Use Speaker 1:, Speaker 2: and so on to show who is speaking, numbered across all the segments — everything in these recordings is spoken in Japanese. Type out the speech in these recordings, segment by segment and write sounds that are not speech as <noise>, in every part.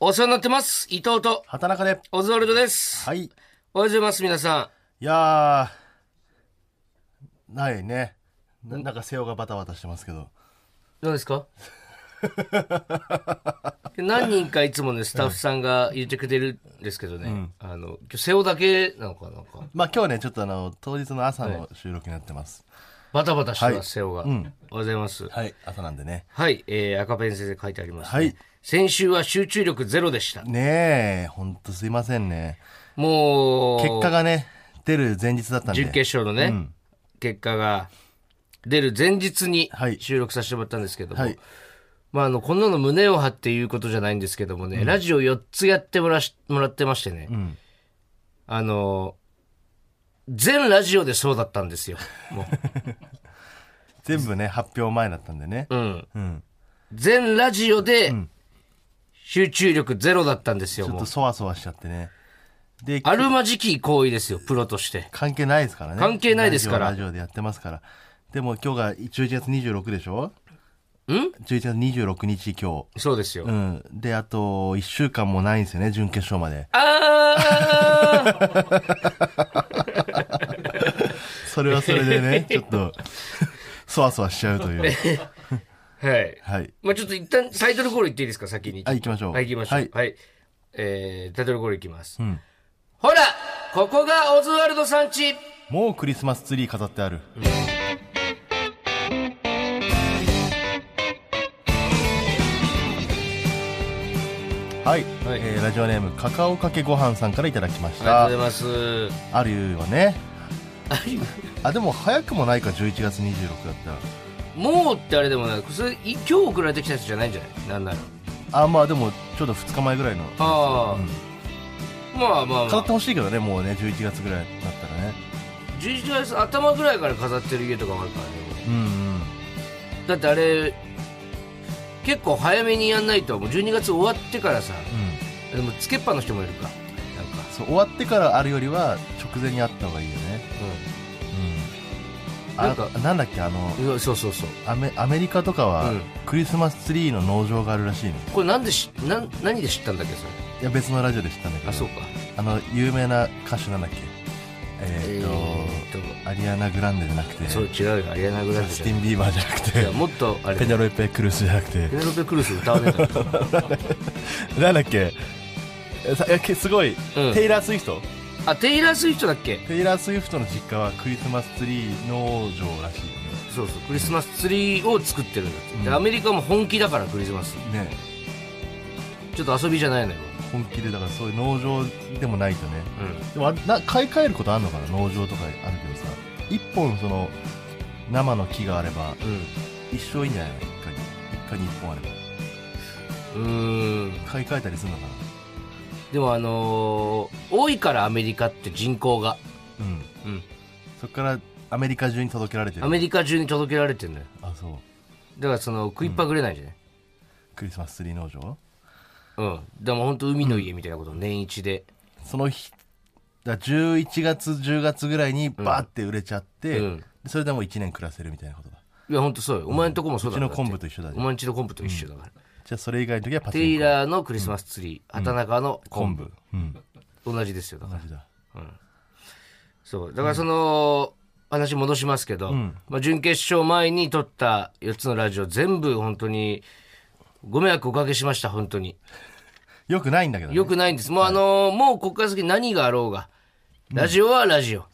Speaker 1: お世話になってます。伊藤と
Speaker 2: 畑中で。
Speaker 1: オズワルドです。
Speaker 2: はい。い
Speaker 1: おはようございます、皆さ
Speaker 2: やー、ないね。ななんか背負がバタバタしてますけど。
Speaker 1: ん。何です
Speaker 2: <laughs>
Speaker 1: か何人かいつもね、スタッフさんが言ってくれてるんですけどね、あの、今日瀬尾だけなのかなんか、
Speaker 2: まあ今日ね、ちょっとあの、当日の朝の収録になってます。
Speaker 1: バタバタしてます、
Speaker 2: はい
Speaker 1: 瀬尾が、おはようございます。
Speaker 2: はい。朝なんでね。
Speaker 1: はい、えー、赤ペン先生書いてあります、ね
Speaker 2: はい
Speaker 1: 先週は集中力ゼロでした。
Speaker 2: ねえ、ほんとすいませんね。
Speaker 1: もう、
Speaker 2: 結果がね、出る前日だったん
Speaker 1: 準
Speaker 2: で。
Speaker 1: 決勝のね、結果が出る前日に
Speaker 2: はい
Speaker 1: 収録させてもらったんですけども、
Speaker 2: はい
Speaker 1: まあ、あのこんなの胸を張って言うことじゃないんですけどもね、ラジオ4つやってもらしもらってましてね、あの全ラジオでそうだったんですよも
Speaker 2: 全部ね、発表前だったんでね <laughs>
Speaker 1: う、。うん全ラジオで集中力ゼロだったんですよ
Speaker 2: ちょっ
Speaker 1: もう
Speaker 2: とそわそわしちゃってね。で、
Speaker 1: あるまじき行為ですよプロとして
Speaker 2: 関係ないですからね。
Speaker 1: 関係ないですから
Speaker 2: ラジオラジオでやってますから。でも今日が11月26でしょ
Speaker 1: ん
Speaker 2: ?11 月26日今日。
Speaker 1: そうですよ、
Speaker 2: うん。で、あと、一週間もないんですよね、準決勝まで。
Speaker 1: あー
Speaker 2: それはそれで <laughs> ね、ちょっと、そわそわしちゃうという。 <laughs>
Speaker 1: はい
Speaker 2: はい。
Speaker 1: まあちょっと一旦タイトルコール言っていいですか、先に。
Speaker 2: はい行きましょう
Speaker 1: はい、行きましょう。は
Speaker 2: はいい。
Speaker 1: えー、タイトルコールいきます。ほらここがオズワルドさんち
Speaker 2: もうクリスマスツリー飾ってある。はい、
Speaker 1: はい
Speaker 2: えーラジオネームカカオかけごはんさんからいただきまし
Speaker 1: ありが
Speaker 2: た
Speaker 1: とうございます。
Speaker 2: あるよね
Speaker 1: あり
Speaker 2: あでも早くもないか11月26だったら
Speaker 1: もうってあれでもない。それ、い今日送られてきたやつじゃないんじゃないなんなら。
Speaker 2: あまあでもちょうど2日前ぐらいの
Speaker 1: ああ、まあまあま
Speaker 2: 飾っ
Speaker 1: あ
Speaker 2: て。ほしいけどねもうね11月ぐらいになったらね
Speaker 1: 11月頭ぐらいから飾ってる家とかもあるからね。
Speaker 2: うんうん
Speaker 1: だってあれ、結構早めにやんないと、もう12月終わってからさ、
Speaker 2: うん
Speaker 1: でもつけっぱの人もいるか。なんか、
Speaker 2: そう終わってからあるよりは直前にあった方がいいよねうん
Speaker 1: な
Speaker 2: あなんん
Speaker 1: か
Speaker 2: だっけあの
Speaker 1: うん。そうそうそう。
Speaker 2: アメアメリカとかは、
Speaker 1: うん
Speaker 2: クリスマスツリーの農場があるらしいの
Speaker 1: これなんでしなん何で知ったんだっけそれ
Speaker 2: いや別のラジオで知ったんだけど
Speaker 1: あそうか
Speaker 2: あの有名な歌手なんだっけえーっと、
Speaker 1: えーっ
Speaker 2: アリアナ・グランデじゃなくて
Speaker 1: とそう違うよアリアナ・グラン
Speaker 2: ジ
Speaker 1: デ
Speaker 2: ャス
Speaker 1: じ
Speaker 2: テ
Speaker 1: ゃ
Speaker 2: ィ
Speaker 1: な
Speaker 2: ン・ビーバーじゃなく
Speaker 1: いいや
Speaker 2: て
Speaker 1: もっとあれ
Speaker 2: <laughs> ペ
Speaker 1: ペ
Speaker 2: ネロペ・クルスじゃなくて
Speaker 1: ネロペ・クルス歌わねえから
Speaker 2: <laughs> なんだっけえさえけすごい、テイラー・スウィフト
Speaker 1: あテイラー・スウィフトだっけ
Speaker 2: テイラー・スウィフトの実家はクリスマスツリー農場らしいよ
Speaker 1: そうそうクリスマスツリーを作ってるんだって、で
Speaker 2: うん
Speaker 1: アメリカも本気だからクリスマス
Speaker 2: ねね
Speaker 1: ちょっと遊びじゃないのよ、
Speaker 2: 本気でだからそういう農場でもないとね
Speaker 1: う
Speaker 2: でもあれな買い替えることあるのかな農場とかあるけどさ一本その生の木があれば
Speaker 1: ん
Speaker 2: 一生いいんじゃないの一家に一家に一本あれば
Speaker 1: うんうーん
Speaker 2: 買い替えたりするのか
Speaker 1: でもあのー多いからアメリカって人口が、
Speaker 2: なうん
Speaker 1: うん、
Speaker 2: そっからアメリカ中に届けられてる
Speaker 1: アメリカ中に届けられてるのよ
Speaker 2: あそう
Speaker 1: だからその食いっぱぐれないじゃない、
Speaker 2: クリスマスツリー農場
Speaker 1: うんでも本当海の家みたいなことを年一で、
Speaker 2: その日だから11月10月ぐらいにバーって売れちゃって、
Speaker 1: うん
Speaker 2: でそれでもう1年暮らせるみたいなことだ
Speaker 1: いや、本当そうよ。お前んとこもそう
Speaker 2: う
Speaker 1: だか
Speaker 2: ち
Speaker 1: ら
Speaker 2: の昆布と一緒だ
Speaker 1: お
Speaker 2: じゃん
Speaker 1: 前んちの昆布と一緒だから。
Speaker 2: じゃあそれ以外の時はパチ
Speaker 1: テイ
Speaker 2: ンコ
Speaker 1: ラーのクリスマスツリー、畑中の昆布。
Speaker 2: うん
Speaker 1: 同じですよ。だか
Speaker 2: 同
Speaker 1: ら。
Speaker 2: じだ
Speaker 1: そう。だからその、話戻しますけど、まあ、準決勝前に撮った4つのラジオ、全部本当に、ご迷惑おかけしました、本当に。
Speaker 2: よくないんだけど、ね、
Speaker 1: よくないんです。もうあのーもうここから先何があろうが、ラジオはラジオ。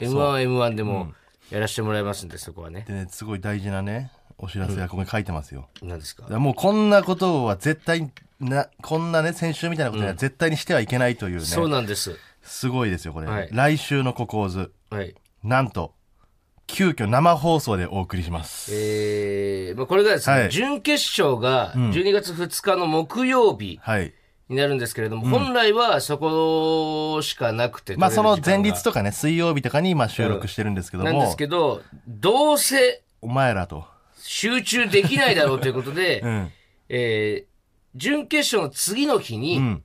Speaker 1: M1 は M1 でもやらせてもらいますんで、そこはね。
Speaker 2: でねすごい大事なねお知らせがここに書いてますよ、
Speaker 1: 何ですか
Speaker 2: だからもうこんなことは絶対になこんなね先週みたいなことには絶対にしてはいけないというね、
Speaker 1: そうなんです。
Speaker 2: すごいですよこれ、
Speaker 1: はい
Speaker 2: 来週の「ココーズ
Speaker 1: はい。」
Speaker 2: なんと急遽生放送でお送りします
Speaker 1: えーまあ、これがですね、
Speaker 2: はい
Speaker 1: 準決勝が12月2日の木曜日
Speaker 2: はい
Speaker 1: になるんですけれども、本来はそこしかなくて、
Speaker 2: まあその前
Speaker 1: 取れる
Speaker 2: 日とかね水曜日とかにまあ収録してるんですけど
Speaker 1: 時間
Speaker 2: も、
Speaker 1: がなんですけど、どうせ
Speaker 2: お前らと、
Speaker 1: 集中できないだろうということ
Speaker 2: <laughs>
Speaker 1: で、
Speaker 2: ん
Speaker 1: えー準決勝の次の日に、
Speaker 2: ん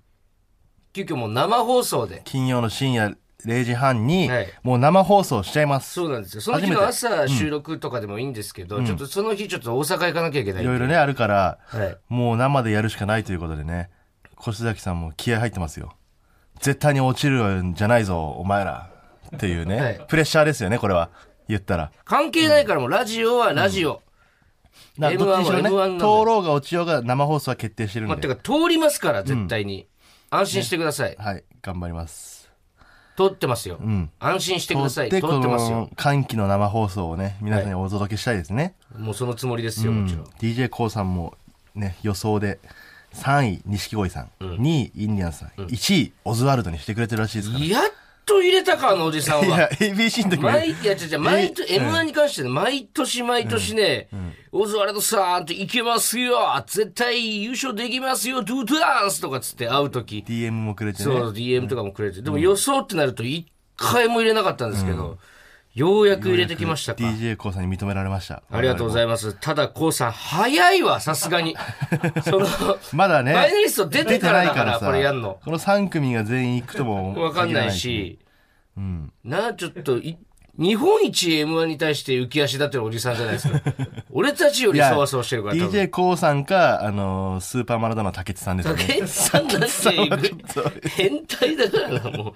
Speaker 1: 急遽もう生放送で、
Speaker 2: 金曜の深夜0時半に
Speaker 1: はい
Speaker 2: もう生放送しちゃいます、
Speaker 1: そうなんですよ。その日の朝収録とかでもいいんですけど、ちょっとその日ちょっと大阪行かなきゃいけないい。
Speaker 2: ろいろねあるから、
Speaker 1: はい
Speaker 2: もう生でやるしかないということでね越崎さんも気合入ってますよ絶対に落ちるんじゃないぞお前らっていうね、
Speaker 1: はい
Speaker 2: プレッシャーですよねこれは言ったら
Speaker 1: 関係ないからもうラジオはラジオ。
Speaker 2: な
Speaker 1: M1
Speaker 2: どっちにしろね
Speaker 1: は M1 なん
Speaker 2: 通
Speaker 1: だよ
Speaker 2: ろうが落ちようが生放送は決定してるん
Speaker 1: まあ、
Speaker 2: で、
Speaker 1: てか通りますから、絶対に。安心してください。
Speaker 2: はい頑張ります
Speaker 1: 通ってますよ。
Speaker 2: ん
Speaker 1: 安心してください。通
Speaker 2: で
Speaker 1: って
Speaker 2: こ
Speaker 1: ますよ。
Speaker 2: の歓喜の生放送をね皆さんにお届けしたいですね、
Speaker 1: もうそのつもりですよ、もちろん。
Speaker 2: d j k o さんもね予想で3位錦鯉さん、2位インディアンスさん、1位オズワルドにしてくれてるらしいですから
Speaker 1: やっと入れたか、あのおじさん
Speaker 2: い
Speaker 1: は
Speaker 2: や。ABC の時も
Speaker 1: 毎いや、違う違う、毎年、M1 に関してね、毎年毎年ね、オズワルドさんといけますよ絶対優勝できますよドゥドゥダンスとかつって会うとき、
Speaker 2: DM もくれてね
Speaker 1: そう、DM とかもくれて、でも予想ってなると一回も入れなかったんですけど、ようやく入れてきましたか。
Speaker 2: d j k o さんに認められました
Speaker 1: ありがとうございます。ただ、こうさん、早いわ、さす <laughs> がに。その、
Speaker 2: まだね
Speaker 1: ファイナリスト出てからだから
Speaker 2: 出てない
Speaker 1: これやんの
Speaker 2: この3組が全員行くとも
Speaker 1: わかんないし、なあ、ちょっとい、日本一 M1 に対して浮き足立ってるおじさんじゃないです <laughs> か。俺たちよりそわそわしてるから、多
Speaker 2: d
Speaker 1: 分。
Speaker 2: j k o さんかあのースーパーマラドーナ竹内さんですよね
Speaker 1: 竹内さんなんて変態だからな、 <laughs> もう。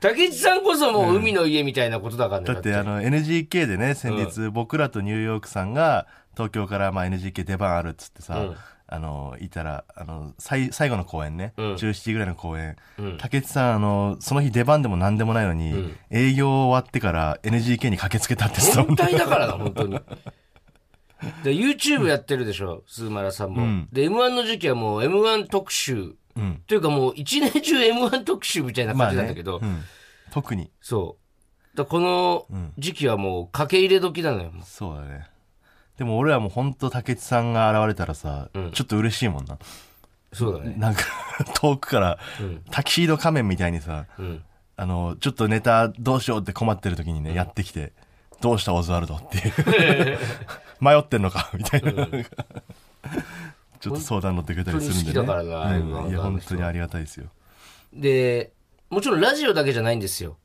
Speaker 1: 竹内さんこそもう海の家みたいなことだからね。
Speaker 2: だってあの NGK でね先日、僕らとニューヨークさんが東京からまあ NGK 出番あるっつってさ、
Speaker 1: うん
Speaker 2: あのいたらあのさい最後の公演ね、
Speaker 1: ん
Speaker 2: 17時ぐらいの公演、
Speaker 1: ん
Speaker 2: 竹内さんあのその日出番でも何でもないのに、営業終わってから NGK に駆けつけたってさ
Speaker 1: 変態だからな、本当に。で YouTube やってるでしょ、スーマラさんも。
Speaker 2: ん
Speaker 1: で、M1 の時期はもう M1 特集。
Speaker 2: うん
Speaker 1: というかもう一年中 M1 特集みたいな
Speaker 2: ま
Speaker 1: 感
Speaker 2: あ
Speaker 1: じなん
Speaker 2: ね
Speaker 1: だけど、
Speaker 2: うん特に
Speaker 1: そう。だからこの時期はもう掛け入れ時なのよ。
Speaker 2: そうだねでも俺はもう本当竹内さんが現れたらさ、ちょっと嬉しいもんな
Speaker 1: そうだね。
Speaker 2: なんか <laughs> 遠くからタキシード仮面みたいにさ、
Speaker 1: ん
Speaker 2: あのちょっとネタどうしようって困ってる時にね、やってきて「どうしたオズワルド」っていう
Speaker 1: <laughs>
Speaker 2: 迷ってんのかみたいな、 <laughs> ちょっと相談乗ってくれたりするんで、
Speaker 1: 本当に好きだ
Speaker 2: ね、
Speaker 1: からな
Speaker 2: うん
Speaker 1: あの
Speaker 2: いや
Speaker 1: あの
Speaker 2: 本
Speaker 1: 人
Speaker 2: 当にありがたいですよ
Speaker 1: で、もちろんラジオだけじゃないんですよ。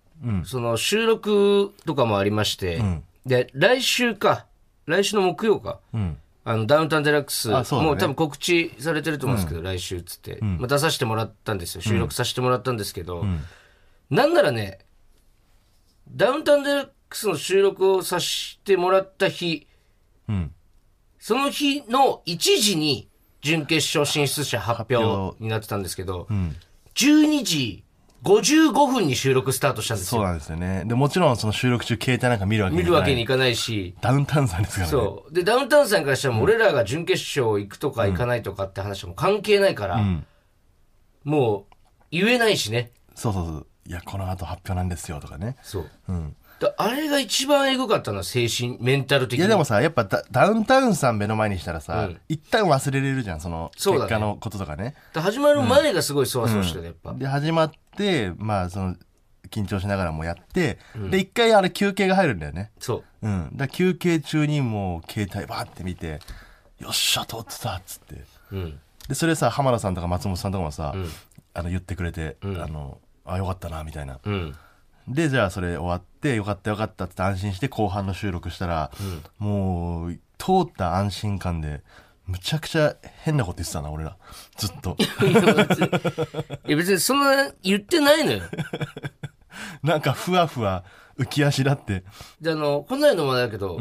Speaker 1: その収録とかもありまして、
Speaker 2: ん
Speaker 1: で、来週か、来週の木曜か、
Speaker 2: うん
Speaker 1: あのダウンタウンデラックス、
Speaker 2: あそうだね
Speaker 1: もう多分告知されてると思うんですけど、来週っつって、まあ、出させてもらったんですよ、収録させてもらったんですけど、なんならね、ダウンタウンデラックスの収録をさせてもらった日、
Speaker 2: うん
Speaker 1: その日の1時に準決勝進出者発
Speaker 2: 発
Speaker 1: 表
Speaker 2: 表
Speaker 1: になってたんですけど、12時55分に収録スタートしたんです
Speaker 2: そう
Speaker 1: よ。
Speaker 2: なんですよねでもちろんその収録中携帯なんか見るわけ
Speaker 1: 見
Speaker 2: にい
Speaker 1: る
Speaker 2: か
Speaker 1: わ
Speaker 2: な
Speaker 1: けに
Speaker 2: い
Speaker 1: いかないし、
Speaker 2: ダウンタウンさんですからね
Speaker 1: そう。で、ダウンタウンさんからしたらもう俺らが準決勝行くとか行かないとかって話はもう関係ないから、もう言えないしね。
Speaker 2: そうそうそういやこの後発表なんですよとかね
Speaker 1: そう。だあれが一番エグかったのは精神、メンタル的に。
Speaker 2: いやでもさ、やっぱダダウンタウンさん目の前にしたらさ、
Speaker 1: うん
Speaker 2: 一旦忘れれるじゃん、その結
Speaker 1: そうだね
Speaker 2: 果のこととかね。
Speaker 1: だ始まる前がすごいそわそわしてた、やっぱ。
Speaker 2: で、始まって、まあその、緊張しながらもやって、で、一回あれ休憩が入るんだよね。 <laughs>
Speaker 1: そう。
Speaker 2: うん。だから休憩中にもう携帯バーって見て、よっしゃ、通ってたっつって。
Speaker 1: うん。
Speaker 2: で、それさ、浜田さんとか松本さんとかもさ、あの、言ってくれて、あの、あ、よかったな、みたいな。
Speaker 1: うん。
Speaker 2: でじゃあそれ終わってよかったよかったって安心して後半の収録したら、もう通った安心感でむちゃくちゃ変なこと言ってたな俺らずっ
Speaker 1: <laughs>
Speaker 2: と
Speaker 1: いや別にいや別にそんな言ってないのよ。
Speaker 2: なんかふわふわ浮き足だって
Speaker 1: で、あの、こんなのもあれだけど、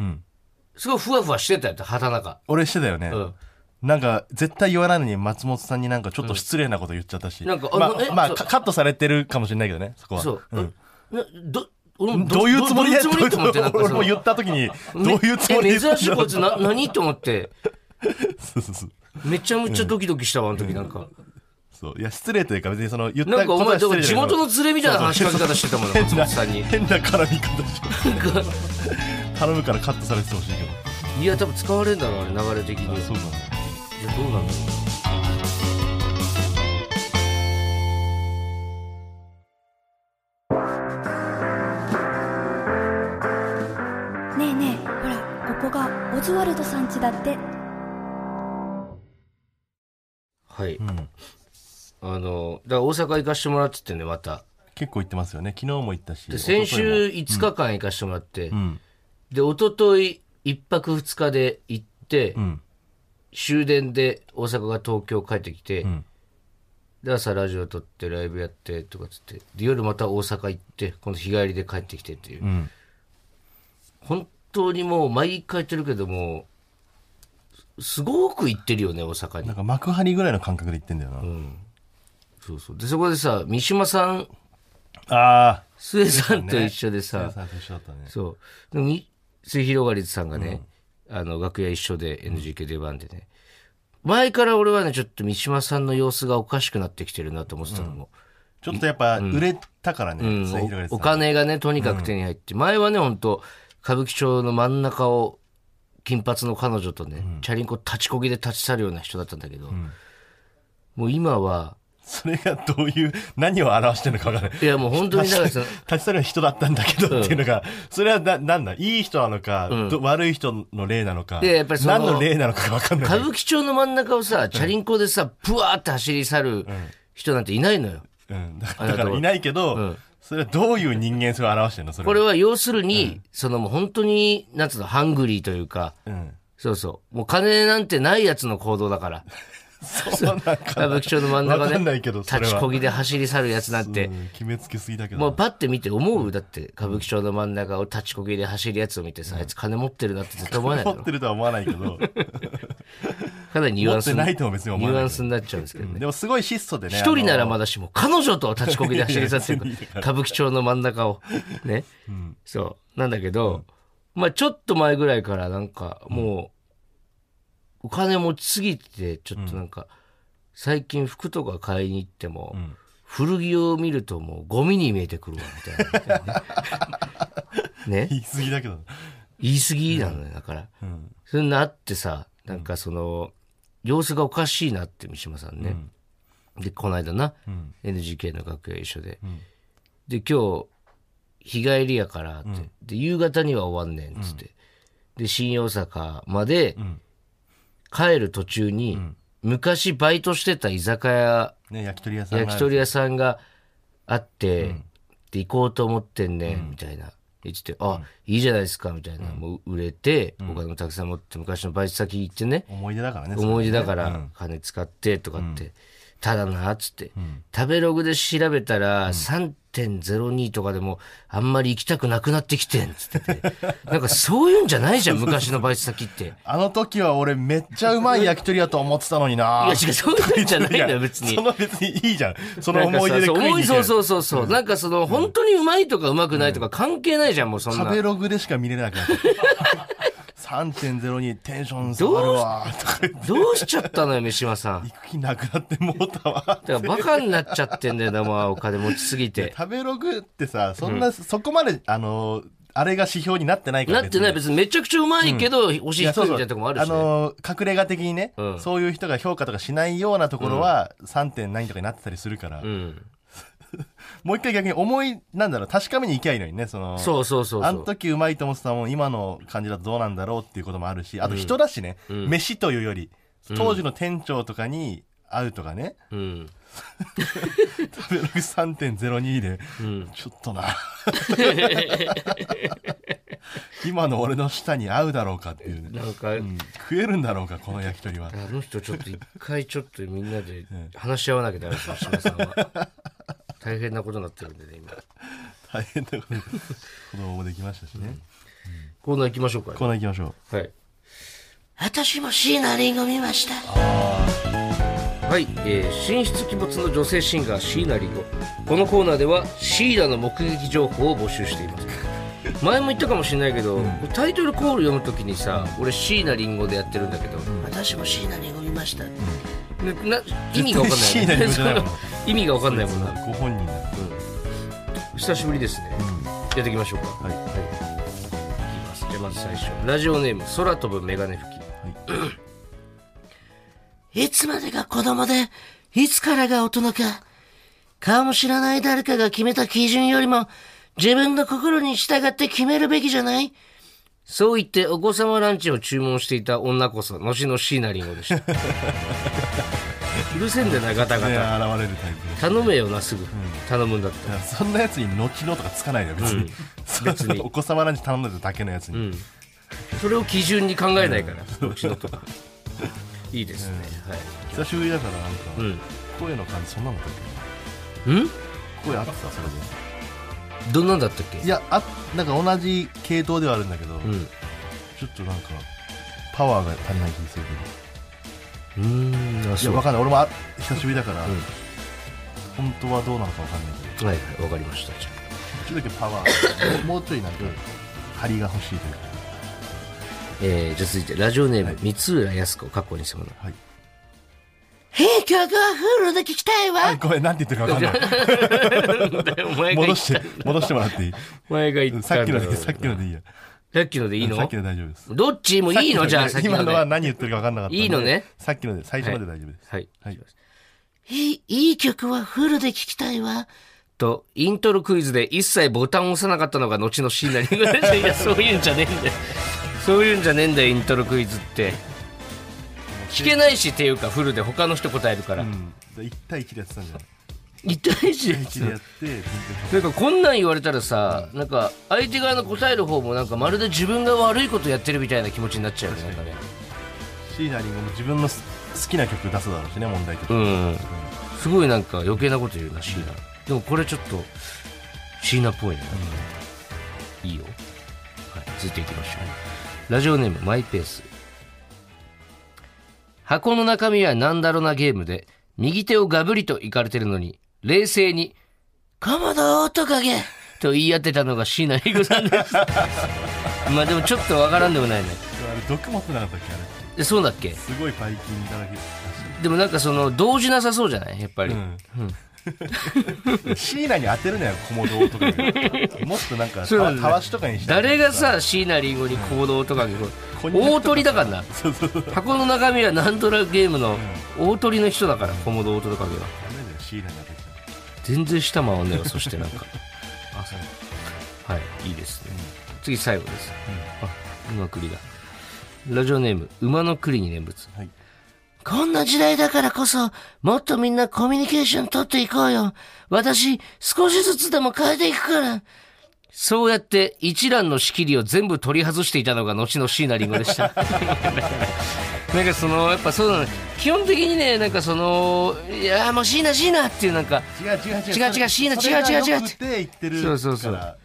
Speaker 1: すごいふわふわしてたよって、畑中。
Speaker 2: 俺してたよね、
Speaker 1: うん。
Speaker 2: なんか絶対言わないのに松本さんになんかちょっと失礼なこと言っちゃったし、
Speaker 1: んなんかあ
Speaker 2: ま
Speaker 1: のえ
Speaker 2: あ、まあ、
Speaker 1: そう
Speaker 2: カカットされてるかもしれないけどねそこは
Speaker 1: そう。
Speaker 2: ん
Speaker 1: ん、など俺も
Speaker 2: どういうつもり
Speaker 1: どう
Speaker 2: で
Speaker 1: いうつもりと思って、なんかそ
Speaker 2: 俺
Speaker 1: の
Speaker 2: も言った時にどういうつもり
Speaker 1: え
Speaker 2: で言
Speaker 1: 珍
Speaker 2: っ
Speaker 1: しい
Speaker 2: た
Speaker 1: こいつな、何と思って、
Speaker 2: そうそうそう
Speaker 1: めちゃめちゃドキドキしたわ、あの時なんか。
Speaker 2: そういや失礼というか別にその言った
Speaker 1: なんか
Speaker 2: こ
Speaker 1: お
Speaker 2: とは
Speaker 1: 前、だ
Speaker 2: 失
Speaker 1: か
Speaker 2: 礼
Speaker 1: ら
Speaker 2: じ
Speaker 1: 地
Speaker 2: ゃない
Speaker 1: 元の連れみたいな話し方してたもんね、松本さんに。
Speaker 2: 変な絡み方してる頼むからカットされてほしいけど
Speaker 1: いや、多分使われんだろう、あれ、流れ的に。いや
Speaker 2: そうだね
Speaker 1: どうなんだろ
Speaker 3: ねえねえほらここがオズワルドさん家だって
Speaker 1: う。はい。
Speaker 2: ん
Speaker 1: あの、だから大阪行かしてもらっててね、また。
Speaker 2: 結構行ってますよね昨日も行ったし
Speaker 1: で先週
Speaker 2: 一
Speaker 1: 5日間行かしてもらって、
Speaker 2: 昨日もうん
Speaker 1: で、一昨日一泊二日で行って、
Speaker 2: うん
Speaker 1: 終電で大阪が東京帰ってきて、
Speaker 2: ん
Speaker 1: で、朝ラジオ撮って、ライブやって、とかっつって。で、夜また大阪行って、この日帰りで帰ってきてっていう。
Speaker 2: ん
Speaker 1: 本当にもう、毎回言ってるけども、すすごく行ってるよね、大阪に
Speaker 2: なん。か幕張ぐらいの感覚で言ってんだよな。
Speaker 1: そうそう。で、そこでさ、三島さん、
Speaker 2: ああ。
Speaker 1: 末さんと一緒でさ、
Speaker 2: さんと一緒だったね。
Speaker 1: そう。でも、み末広がりずさんがね、あの、楽屋一緒で NGK 出番でね、前から俺はね、ちょっと三島さんの様子がおかしくなってきてるなと思ってたのも。
Speaker 2: ちょっとやっぱ売れたからね、
Speaker 1: うん
Speaker 2: 末広がりさ
Speaker 1: お
Speaker 2: ん
Speaker 1: お金がね、とにかく手に入って、前はね、本当歌舞伎町の真ん中を、金髪の彼女とね、チャリンコ立ちこぎで立ち去るような人だったんだけど、もう今は、
Speaker 2: それがどういう、何を表してるのかわからない。
Speaker 1: いやもう本当になんかその、
Speaker 2: 立ち去る人だったんだけどっていうのが、それはな、なんだいい人なのか、ど悪い人の例なのか、
Speaker 1: いややっぱりその
Speaker 2: 何の例なのかがわかんな
Speaker 1: 歌
Speaker 2: い。
Speaker 1: 舞伎町の真ん中をさ、チャリンコでさ、ぷわーって走り去る人なんていないのよ。
Speaker 2: うん、だ
Speaker 1: ありが
Speaker 2: だか
Speaker 1: とう
Speaker 2: らいないけど、それはどういう人間性を表してるのそれは
Speaker 1: これは要するに、そのもう本当に、なんつうの、ハングリーというか、
Speaker 2: うん。
Speaker 1: そうそう。もう金なんてないやつの行動だ
Speaker 2: <laughs>
Speaker 1: から。
Speaker 2: そうなんか
Speaker 1: 歌舞伎町の真ん中
Speaker 2: わかんな
Speaker 1: で、
Speaker 2: いけど、それ
Speaker 1: 立ちこ
Speaker 2: は。
Speaker 1: ぎで走り去るやつなんて
Speaker 2: う、ん決めつけすぎだけどな。
Speaker 1: もうパッて見て思うだって、歌舞伎町の真ん中を立ちこぎで走るやつを見てさ、あいつ金持ってるなって絶対思わないだ
Speaker 2: 持っ
Speaker 1: ろ
Speaker 2: て。るとは思わないけど、
Speaker 1: かなり <laughs> ニュアンス。
Speaker 2: 持ってないとも別に思わ
Speaker 1: ニュ
Speaker 2: ない
Speaker 1: アンスになっちゃうんですけどね。
Speaker 2: でもすごい質素でね。
Speaker 1: 一人ならま
Speaker 2: だ。
Speaker 1: だしも、彼女と立ちこぎで走り去ってる <laughs>
Speaker 2: いやいや別にいいか
Speaker 1: 歌舞伎町の真ん中を。ね。そう。なんだけど、まあちょっと前ぐらいからなんか、もう、お金持ちすぎて、ちょっとなんか、最近服とか買いに行っても、古着を見るともうゴミに見えてくるわ、みたいな。 <laughs> ね。
Speaker 2: 言い過ぎだけど。
Speaker 1: 言い過ぎなのよ、だから。
Speaker 2: ん
Speaker 1: そんなあってさ、なんかその、様子がおかしいなって三島さんね。で、この間な、NGK の楽屋一緒で。で、今日、日帰りやからって、で、夕方には終わんねん、つって。で、新大阪まで、帰る途中に、昔バイトしてた居酒屋
Speaker 2: ね、焼き鳥屋さんがある
Speaker 1: 焼き鳥屋さんがあって、で行こうと思ってんね、みたいな言っててあ、いいじゃないですかみたいな、もう売れて、お金もたくさん持って昔のバイト先行ってね、
Speaker 2: 思い出だからね。
Speaker 1: 思い出だから金使ってとかって、ただなっつって、食べログで調べたら3.02とかでもあんまり行きたくなくなってきてんっつって
Speaker 2: <laughs>
Speaker 1: てなんかそういうんじゃないじゃん昔のバイト先って。
Speaker 2: あの時は俺めっちゃうまい焼き鳥やと思ってたのに
Speaker 1: い
Speaker 2: な
Speaker 1: や違うそういうんじゃないんだよ別に
Speaker 2: そ。の別にいいじゃん。その
Speaker 1: なんか
Speaker 2: 思い出
Speaker 1: さ
Speaker 2: で食いに行け
Speaker 1: そうそうそうそう。なんかその、本当にうまいとかうまくないとか関係ないじゃん、もうそんな
Speaker 2: 食。べログでしか見れなくなっちゃった。3.02テンション下がるわとか言って
Speaker 1: どうしちゃったのよ、三島
Speaker 2: <laughs>
Speaker 1: さん。
Speaker 2: 行く気なくなってもうたわ。
Speaker 1: だからバカになっちゃってんだよな、まあ、お金持ちすぎて。
Speaker 2: 食べログってさ、そんな、そこまで、あの、あれが指標になってないから
Speaker 1: なってない、別にめちゃくちゃうまいけど、押し
Speaker 2: い
Speaker 1: 低
Speaker 2: やそ
Speaker 1: いうみ
Speaker 2: そ
Speaker 1: たいうなとこもある
Speaker 2: あ
Speaker 1: しね。
Speaker 2: の隠れ家的にね、
Speaker 1: うん
Speaker 2: そういう人が評価とかしないようなところは3.9とかになってたりするから、
Speaker 1: うん。
Speaker 2: もう一回逆に思いなんだろう確かめに行きゃいいのにねその
Speaker 1: そうそうそうそ
Speaker 2: あの
Speaker 1: う。
Speaker 2: 時うまいと思ってたもん今の感じだとどうなんだろうっていうこともあるしあと人だしね、飯というより当時の店長とかに会うとかね、
Speaker 1: うん。
Speaker 2: 食べログ3.02で、ちょ
Speaker 1: <laughs>
Speaker 2: っとな今の俺の舌に合うだろうかっていうね、
Speaker 1: なんか、
Speaker 2: うん食えるんだろうかこの焼き鳥は
Speaker 1: あの人ちょっと一回ちょっとみんな
Speaker 2: <laughs>
Speaker 1: で話し合わなきゃダメですよ、三島さんは。大変なことになってるんでね、今。
Speaker 2: 大変なこと子供もできましたしね、
Speaker 1: コーナー行きましょうか。
Speaker 2: コーナー行きましょ
Speaker 1: はい。
Speaker 4: 私も椎名林檎見ました
Speaker 1: はい、えー、神出鬼没の女性シンガー椎名林檎このコーナーでは椎名の目撃情報を募集してい
Speaker 4: <laughs>
Speaker 1: ます前も言ったかもしれないけど、タイトルコール読むときにさ俺椎名林檎でやってるんだけど、
Speaker 4: 私も椎名林檎見ました
Speaker 1: なな意味が分かんない,、
Speaker 2: 絶対椎名林檎じゃないもん
Speaker 1: <laughs> 意味が分かんないもん
Speaker 2: う
Speaker 1: な
Speaker 2: ご本人だ
Speaker 1: 久しぶりですね、やっていきましょうか
Speaker 2: はい
Speaker 1: いきますじゃあまず最初ラジオネーム空飛ぶメガネ拭き
Speaker 4: いつまでが子供でいつからが大人か顔も知らない誰かが決めた基準よりも自分の心に従って決めるべきじゃない
Speaker 1: そう言ってお子様ランチを注文していた女こそのしの椎名林檎でしたうるせえんだよなガタガタ、
Speaker 2: ね現れるタイプです
Speaker 1: 頼めよなすぐ、頼むんだった
Speaker 2: いや <laughs> そんなやつに後のとかつかないのよ別に、そ
Speaker 1: 別に
Speaker 2: お子様ランチ頼んでただけのやつに、
Speaker 1: らそれを基準に考えないから、うちのとかいいですね、はい
Speaker 2: 久しぶりだからなんか、
Speaker 1: うん、
Speaker 2: 声の感じそんなんだったっ
Speaker 1: ん
Speaker 2: け声あってたそれで
Speaker 1: どんなんだったっけ
Speaker 2: いやあなんか同じ系統ではあるんだけど、
Speaker 1: うん。う
Speaker 2: ちょっとなんかパワーが足りない気がする
Speaker 1: ーん、あ、そう。
Speaker 2: けどいやわ
Speaker 1: は
Speaker 2: かんない俺もあ久しぶりだから、
Speaker 1: ん
Speaker 2: 本当はどうなのかわかんないけど
Speaker 1: いはい、わかりました。じゃ
Speaker 2: ちょっとだけパワーもうちょいなんか張りが欲しいというか
Speaker 1: あえー、じゃあ続いて、ラジオネーム、三浦康子、かっこに様の。
Speaker 2: はい
Speaker 4: い曲はフルで聞きたいわ。
Speaker 2: ごめんなんて言ってるかわかん
Speaker 1: <laughs>
Speaker 2: ない
Speaker 1: お前
Speaker 2: 戻して戻しても
Speaker 1: <laughs>
Speaker 2: らっていい
Speaker 1: お前が言
Speaker 2: うん
Speaker 1: ったん
Speaker 2: さっき
Speaker 1: だ
Speaker 2: の
Speaker 1: ろ
Speaker 2: でさっきのでいいや
Speaker 1: さっきのでいいの
Speaker 2: さっきので大丈夫です
Speaker 1: どっちもいいのじゃあ、さっきの
Speaker 2: 今
Speaker 1: で。
Speaker 2: のは何言ってるか分かんなかったんで
Speaker 1: いいのね
Speaker 2: さっきので最初まで大丈夫です
Speaker 1: はい。
Speaker 2: はい
Speaker 4: いい、いい曲はフルで聞きたいわ。
Speaker 1: と、イントロクイズで一切ボタンを押さなかったのが後のシーンになり <laughs> いや、そういうんじゃねえんだよ。そういうんじゃねえんだよ、イントロクイズって。聞けないしっていうか、フルで他の人答えるから
Speaker 2: う。ん1対1でやってたんじゃない
Speaker 1: 痛いし。
Speaker 2: 1でやって全然
Speaker 1: なんかこんなん言われたらさ、なんか相手側の答える方もなんかまるで自分が悪いことやってるみたいな気持ちになっちゃうよね。なんかね
Speaker 2: 椎名林檎も自分のす好きな曲出すだろうしね問題曲
Speaker 1: う、ん。すごいなんか余計なこと言うな、シーナ。でもこれちょっと、シーナっぽいね。いいよ。はい、続いていきましょう。ラジオネーム、マイペース。箱の中身は何だろうなゲームで、右手をガブリといかれてるのに、冷静に、
Speaker 4: コモドオオトカゲ。
Speaker 1: と言い当てたのが椎名リグさんです。まあでもちょっとわからんでもないね。
Speaker 2: あれ毒持ってなかったっけあれ
Speaker 1: えそうだっけ
Speaker 2: すごいバイキンだらけだし
Speaker 1: でもなんかその、動じなさそうじゃないやっぱり。
Speaker 2: うん椎名に当てるなよ小物とかにもっとなんかた
Speaker 1: そうなん
Speaker 2: わ
Speaker 1: だ
Speaker 2: たわしとかにして
Speaker 1: 誰がさ椎名林檎に行動とかにこう
Speaker 2: こんにゃくとか
Speaker 1: 大鳥だからな
Speaker 2: そうそうそう
Speaker 1: 箱の中身は何となくゲームの大鳥の人だからコモド大鳥カゲは
Speaker 2: ダメだよ椎名に当てち
Speaker 1: 全然下回んねえよそしてなん
Speaker 2: <laughs>
Speaker 1: かあそうはいいいですね、次最後です、あ馬栗だラジオネーム馬の栗に念仏
Speaker 2: ゃうはい
Speaker 4: こんな時代だからこそ、もっとみんなコミュニケーション取っていこうよ。私、少しずつでも変えていくから。
Speaker 1: そうやって一覧の仕切りを全部取り外していたのが後の椎名林檎でした。 <laughs> なんかその、やっぱそうなの。基本的にね、なんかその、いやーもう椎名椎名っていうなんか、
Speaker 2: 違う違う違う
Speaker 1: 違う違う椎名
Speaker 2: それが
Speaker 1: 違う違う違う
Speaker 2: 良くて言ってる
Speaker 1: そうそうそう
Speaker 2: から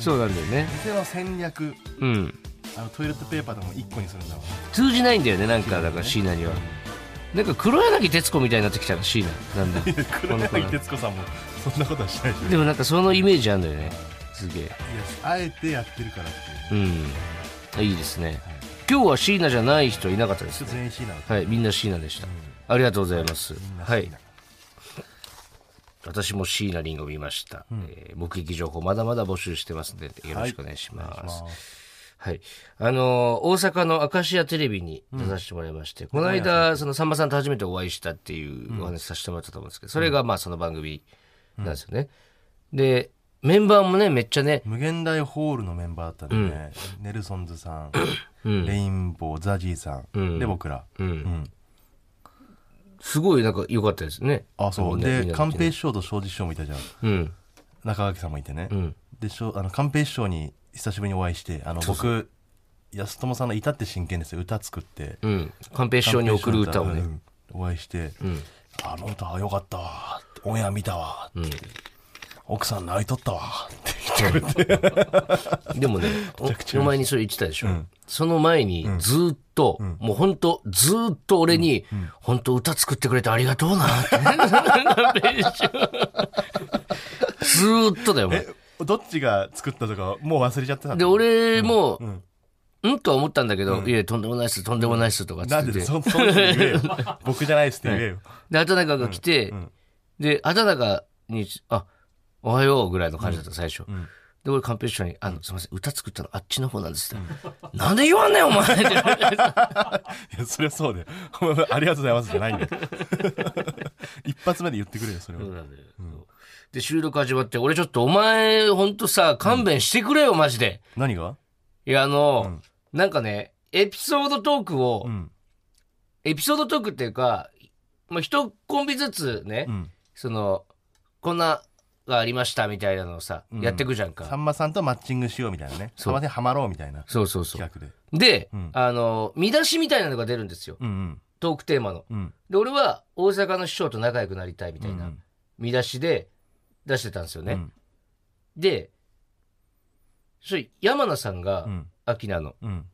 Speaker 1: そうなんだよね。
Speaker 2: 店の戦略
Speaker 1: うん。
Speaker 2: あのトイレットペーパーとかも1個にするんだもん
Speaker 1: 通じないんだよね、なんか、だから椎名には。なんか黒柳徹子みたいになってきたら椎名。なんだ。 <laughs>
Speaker 2: 黒柳徹子さんもそんなことはしないでしょ
Speaker 1: でもなんかそのイメージあるんだよね。すげえ。
Speaker 2: いやあえてやってるからっていう
Speaker 1: う
Speaker 2: ね
Speaker 1: ん。あいいですね。今日は椎名じゃない人いなかったです
Speaker 2: ちょっと全員 C なの
Speaker 1: はい、みんな椎名でした。ありがとうございます。は
Speaker 2: み
Speaker 1: い
Speaker 2: んな椎名。
Speaker 1: 私も椎名林檎見ました、えー目撃情報まだまだ募集してますので、よろしくお願いします。はい。あのー大阪のアカシアテレビに出させてもらいまして、この間、そのさんまさんと初めてお会いしたっていうお話させてもらったと思うんですけど、それがまあその番組なんですよね。で、メンバーもね、めっちゃね、
Speaker 2: 無限大ホールのメンバーだったんでね、ネルソンズさん、レインボーザジーさん、で僕ら、
Speaker 1: すごいなんか良かったですね。
Speaker 2: あそう
Speaker 1: みんな
Speaker 2: で
Speaker 1: みんな
Speaker 2: 寛平師匠と庄司師匠もいたじゃん
Speaker 1: うん。
Speaker 2: 中垣さんもいてね、でしょあの寛平師匠に久しぶりにお会いしてあの僕安友さんの「いたって真剣ですよ」歌作って
Speaker 1: うん。寛平師匠に送る歌をね。
Speaker 2: うんお会いして「あの歌よかったわ」オンエア見たわ」って奥さん泣いとったわ」って
Speaker 1: で <laughs> もね、おお前にそれ言ってたでしょ。その前に、ずーっと、もうほんと、ずーっと俺に、ほんと歌作ってくれてありがとうな <laughs> って。ずーっとだよ、お前。
Speaker 2: え <laughs> どっちが作ったとかもう忘れちゃってた
Speaker 1: で、俺も、うんとは思ったんだけど、いや、とんでもないっす、とんでもないっすとかつ
Speaker 2: な
Speaker 1: っ
Speaker 2: ん
Speaker 1: て
Speaker 2: で
Speaker 1: て。
Speaker 2: そ <laughs> そんなの言えよ僕じゃないですって言えよ、
Speaker 1: で、畑中が来て、で、畑中に、あ、おはようぐらいの感じだった、最初。で、俺、カンペ師匠に、あの、すみません、歌作ったのあっちの方なんですって。なんで言わんねん、お前って <laughs>
Speaker 2: いやそりゃそうでありがとうございますじゃないんだよ <laughs> 一発目で言ってくれよそれは、
Speaker 1: そうなんだよで、収録始まって、俺ちょっとお前、ほんとさ、勘弁してくれよ、マジで。
Speaker 2: 何が
Speaker 1: いや、あの、なんかね、エピソードトークを、
Speaker 2: ん
Speaker 1: エピソードトークっていうか、まあ、一コンビずつね、
Speaker 2: ん
Speaker 1: その、こんながありましたみたいなのをさ、やってくじゃん
Speaker 2: さ
Speaker 1: か。
Speaker 2: んまさんとマッチングしようみたいなねさ
Speaker 1: そうん
Speaker 2: まさんにハマろうみたいな
Speaker 1: そうそうそう。
Speaker 2: 企画で
Speaker 1: で、あの、見出しみたいなのが出るんですよ。
Speaker 2: うんうん
Speaker 1: トークテーマの。
Speaker 2: うん。
Speaker 1: で、俺は大阪の師匠と仲良くなりたいみたいな見出しで出してたんですよね。
Speaker 2: うん
Speaker 1: で、それ山名さんが
Speaker 2: ん、
Speaker 1: アキナの、
Speaker 2: うん。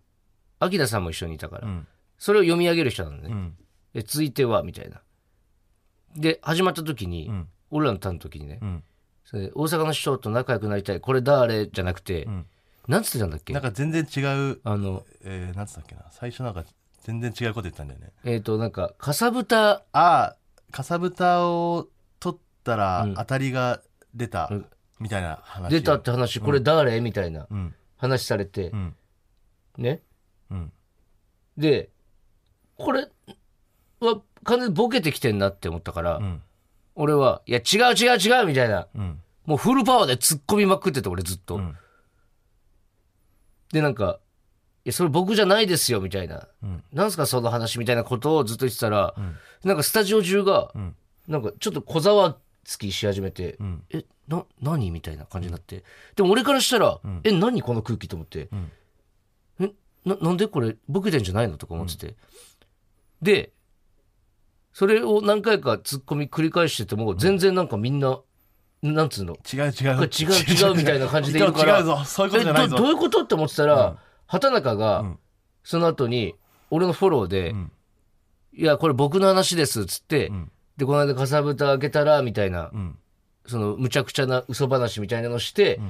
Speaker 1: アキナさんも一緒にいたから、
Speaker 2: うん。
Speaker 1: それを読み上げる人なの
Speaker 2: う
Speaker 1: ね。
Speaker 2: ん。
Speaker 1: で、続いては、みたいな。で、始まった時に、
Speaker 2: うん
Speaker 1: 俺らの担当時にね、
Speaker 2: うん。
Speaker 1: それ大阪の師匠と仲良くなりたい、これ誰じゃなくて、
Speaker 2: ん
Speaker 1: なんつってたんだっけ
Speaker 2: なんか全然違う、
Speaker 1: あの、
Speaker 2: えー、なんつったっけな。最初なんか全然違うこと言ったんだよね。
Speaker 1: えっ、と、なんか、かさぶた、
Speaker 2: ああ、かさぶたを取ったら
Speaker 1: うん
Speaker 2: 当たりが出た、みたいな話。
Speaker 1: 出たって話、これ誰、みたいな
Speaker 2: うん。
Speaker 1: 話されて
Speaker 2: う、ん。
Speaker 1: ね。
Speaker 2: うん。
Speaker 1: で、これは完全にボケてきてんなって思ったから、
Speaker 2: うん。
Speaker 1: 俺は、いや、違う違う違うみたいな、
Speaker 2: うん。
Speaker 1: もうフルパワーで突っ込みまくってた、俺ずっと。
Speaker 2: ん
Speaker 1: で、なんか、いや、それ僕じゃないですよ、みたいな。なんすか、その話みたいなことをずっと言ってたら、なんかスタジオ中が、
Speaker 2: ん
Speaker 1: なんかちょっと小沢つきし始めて、
Speaker 2: ん
Speaker 1: え、な、何みたいな感じになって。でも俺からしたら、え、何この空気と思って、え、な、なんでこれ、ボケてんじゃないのとか思ってて。で、それを何回か突っ込み繰り返してても、全然なんかみんな、なんつうの、
Speaker 2: 違う違う。
Speaker 1: 違う違うみたいな感じで言うから。
Speaker 2: 違うぞ。そういうことじゃない
Speaker 1: えど
Speaker 2: ぞ
Speaker 1: どう。いうことって思ってたら、畑中が、その後に、俺のフォローで、
Speaker 2: ん
Speaker 1: いや、これ僕の話です、っつって、
Speaker 2: ん
Speaker 1: で、この間かさぶた開けたら、みたいな、
Speaker 2: ん
Speaker 1: その、むちゃくちゃな嘘話みたいなのして、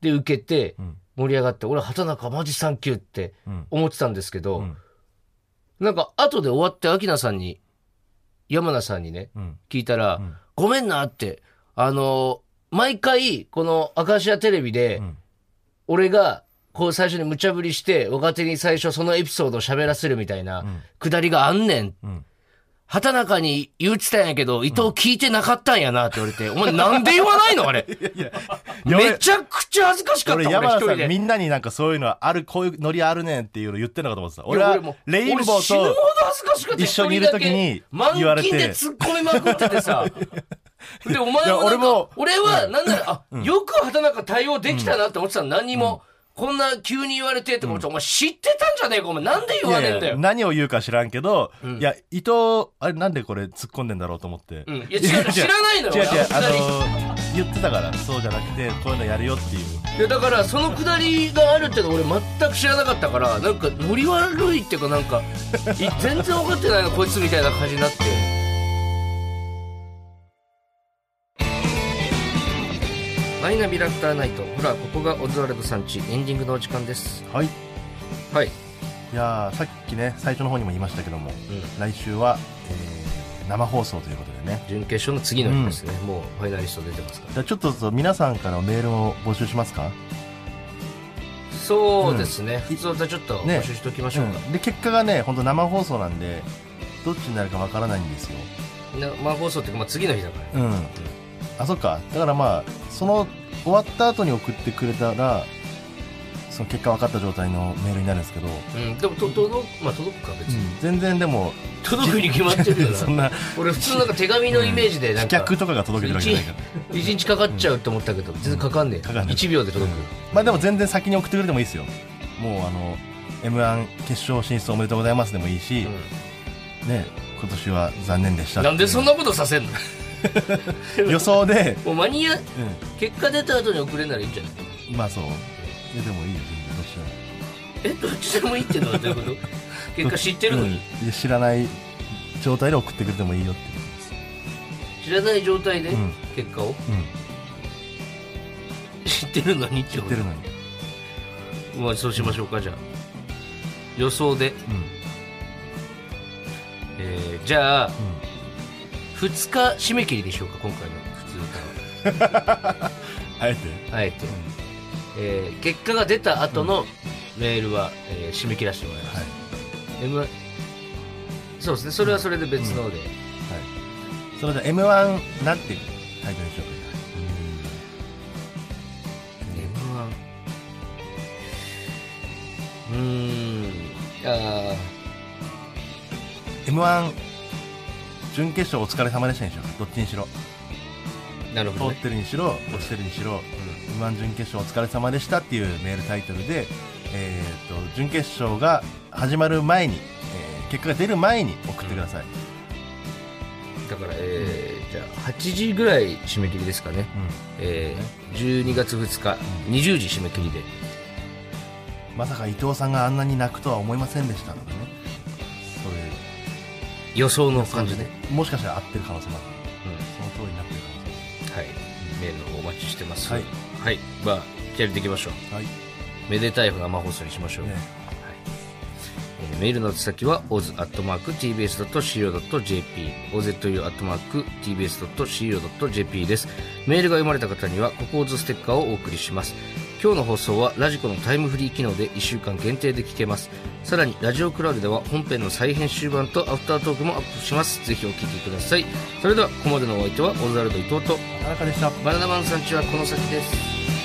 Speaker 1: で、受けて、盛り上がって、俺、畑中マジサンキューって思ってたんですけど、なんか、後で終わって、明菜さんに、山名さんにね、聞いたら、ごめんなって、あの毎回、この、アカシアテレビで、俺が、こう最初に無茶ぶりして、若手に最初そのエピソードを喋らせるみたいな、くだりがあんねん。畑中に言ってたんやけど、伊藤聞いてなかったんやなって言われて、お前なんで言わないのあれ。めちゃくちゃ恥ずかしかった
Speaker 2: 俺、
Speaker 1: 俺
Speaker 2: 山
Speaker 1: 一
Speaker 2: 田
Speaker 1: 人
Speaker 2: さん、
Speaker 1: で。
Speaker 2: みんなになんかそういうのはある、こういうノリあるねんっていうの言ってんのかと思ってた。俺
Speaker 1: いや
Speaker 2: は
Speaker 1: も、
Speaker 2: レインボ
Speaker 1: 俺
Speaker 2: ー
Speaker 1: 死ぬほど
Speaker 2: と、
Speaker 1: 恥ずかしくて
Speaker 2: 一緒にいる時に言われて
Speaker 1: 満勤で突っ込みまくってて
Speaker 2: <laughs>
Speaker 1: さ。で、お前はなんか
Speaker 2: いや俺も
Speaker 1: 俺は、なんなら、あ、よく畑中対応できたなって思ってたの、何にも。こんな急に言われてって思ってたお前知ってたんじゃねえか、お前。なん <laughs> で言わねえんだよ。
Speaker 2: 何を言うか知らんけど、いや、伊藤、あれなんでこれ突っ込んでんだろうと思って。
Speaker 1: うんいや違う知らないのよ
Speaker 2: 違う違
Speaker 1: 俺、
Speaker 2: うあのー、言ってたから、そうじゃなくて、こういうのやるよっていう。
Speaker 1: いやだからそのくだりがあるっていうの俺全く知らなかったからなんかノリ悪いっていうかなんかい <laughs> 全然分かってないなこいつみたいな感じになってマイナビラフターナイトほらここがオズワルドさんちエンディングのお時間です
Speaker 2: はい。い
Speaker 1: はい
Speaker 2: やーさっきね、最初の方にも言いましたけども、
Speaker 1: ん
Speaker 2: 来週は、えー生放送ということでね。
Speaker 1: 準決勝の次の日ですね、もうファイナリスト出てますから
Speaker 2: じゃあちょっとそう皆さんからメールを募集しますか
Speaker 1: そうですね、普通はちょっと
Speaker 2: ね
Speaker 1: 募集しておきましょうか、
Speaker 2: で結果がね本当生放送なんでどっちになるかわからないんですよ
Speaker 1: なまあ放送っていうか、まあ、次の日だからね、
Speaker 2: うんあそっかだからまあその終わった後に送ってくれたらその結果分かった状態のメールになるんですけど、
Speaker 1: うん、でもと届くまあ届くか別に、
Speaker 2: 全然でも
Speaker 1: 届くに決まってるよな <laughs>
Speaker 2: <laughs> そんな
Speaker 1: 俺普通なんか手紙のイメージでなん
Speaker 2: 飛
Speaker 1: か
Speaker 2: 脚とかが届けてるわけじゃない
Speaker 1: <laughs>
Speaker 2: から
Speaker 1: 一日かかっちゃうと思ったけど全然かかんねえ
Speaker 2: かかんない
Speaker 1: 1秒で届く
Speaker 2: まあでも全然先に送ってくれてもいいですよもうあの m 1決勝進出おめでとうございますでもいいし、ね今年は残念でしたって
Speaker 1: な
Speaker 2: いうん
Speaker 1: でそんなことさせんの
Speaker 2: <laughs> 予想で、
Speaker 1: もう間に合う
Speaker 2: うん、
Speaker 1: 結果出た後に送れんならいいんじゃない
Speaker 2: まあそう。えでもいいよ、全然どっちでも
Speaker 1: えどっちでもいいってのはどういうこと
Speaker 2: <laughs>
Speaker 1: 結果知ってるのに
Speaker 2: うんいや知らない状態で送ってくれてもいいよっていうことです。
Speaker 1: 知らない状態で
Speaker 2: うん
Speaker 1: 結果を
Speaker 2: うん。
Speaker 1: 知ってるのにって
Speaker 2: 知
Speaker 1: こ
Speaker 2: ってるのに。
Speaker 1: とまあそうしましょうかじゃあ予想で、
Speaker 2: うん。
Speaker 1: えーじゃあ
Speaker 2: うん。
Speaker 1: 2日締め切りでしょうか今回の普通歌
Speaker 2: あえて。
Speaker 1: はあえて、えー結果が出た後のメールは、えー締め切らせてもらいます、
Speaker 2: はい。
Speaker 1: M そうですねそれはそれで別ので、
Speaker 2: それで M1 なんてタイトルにしよう
Speaker 1: M1 うーんあ
Speaker 2: か。M1 準決勝お疲れ様でしたにしようか。どっちにしろ。
Speaker 1: ーなるほど、
Speaker 2: 通っ
Speaker 1: ね、
Speaker 2: てるにしろ、落ちてるにしろ、M1 準決勝お疲れ様でしたっていうメールタイトルで、えー、と準決勝が始まる前に、えー結果が出る前に送ってください、
Speaker 1: だから、えー、じゃあ8時ぐらい締め切りですかね、えー、12月2日20時締め切りで
Speaker 2: まさか伊藤さんがあんなに泣くとは思いませんでしたとかねそれ
Speaker 1: 予想の感じで、
Speaker 2: もしかしたら合ってる可能性もある
Speaker 1: うん
Speaker 2: その通りになってる可能性も
Speaker 1: はいメールをお待ちしてますは
Speaker 2: はいい、
Speaker 1: まあやりていきましょう
Speaker 2: あるはい、
Speaker 1: めでたい生放送にしましょう、
Speaker 2: ね
Speaker 1: えーメールの宛先は oz.tbs.co.jp ozu.tbs.co.jp ですメールが読まれた方にはここ oz ステッカーをお送りします今日の放送はラジコのタイムフリー機能で1週間限定で聞けますさらにラジオクラウドでは本編の再編集版とアフタートークもアップしますぜひお聞きくださいそれではここまでのお相手はオズワルド伊藤と
Speaker 2: 田中でした
Speaker 1: バナナマンさんちはこの先です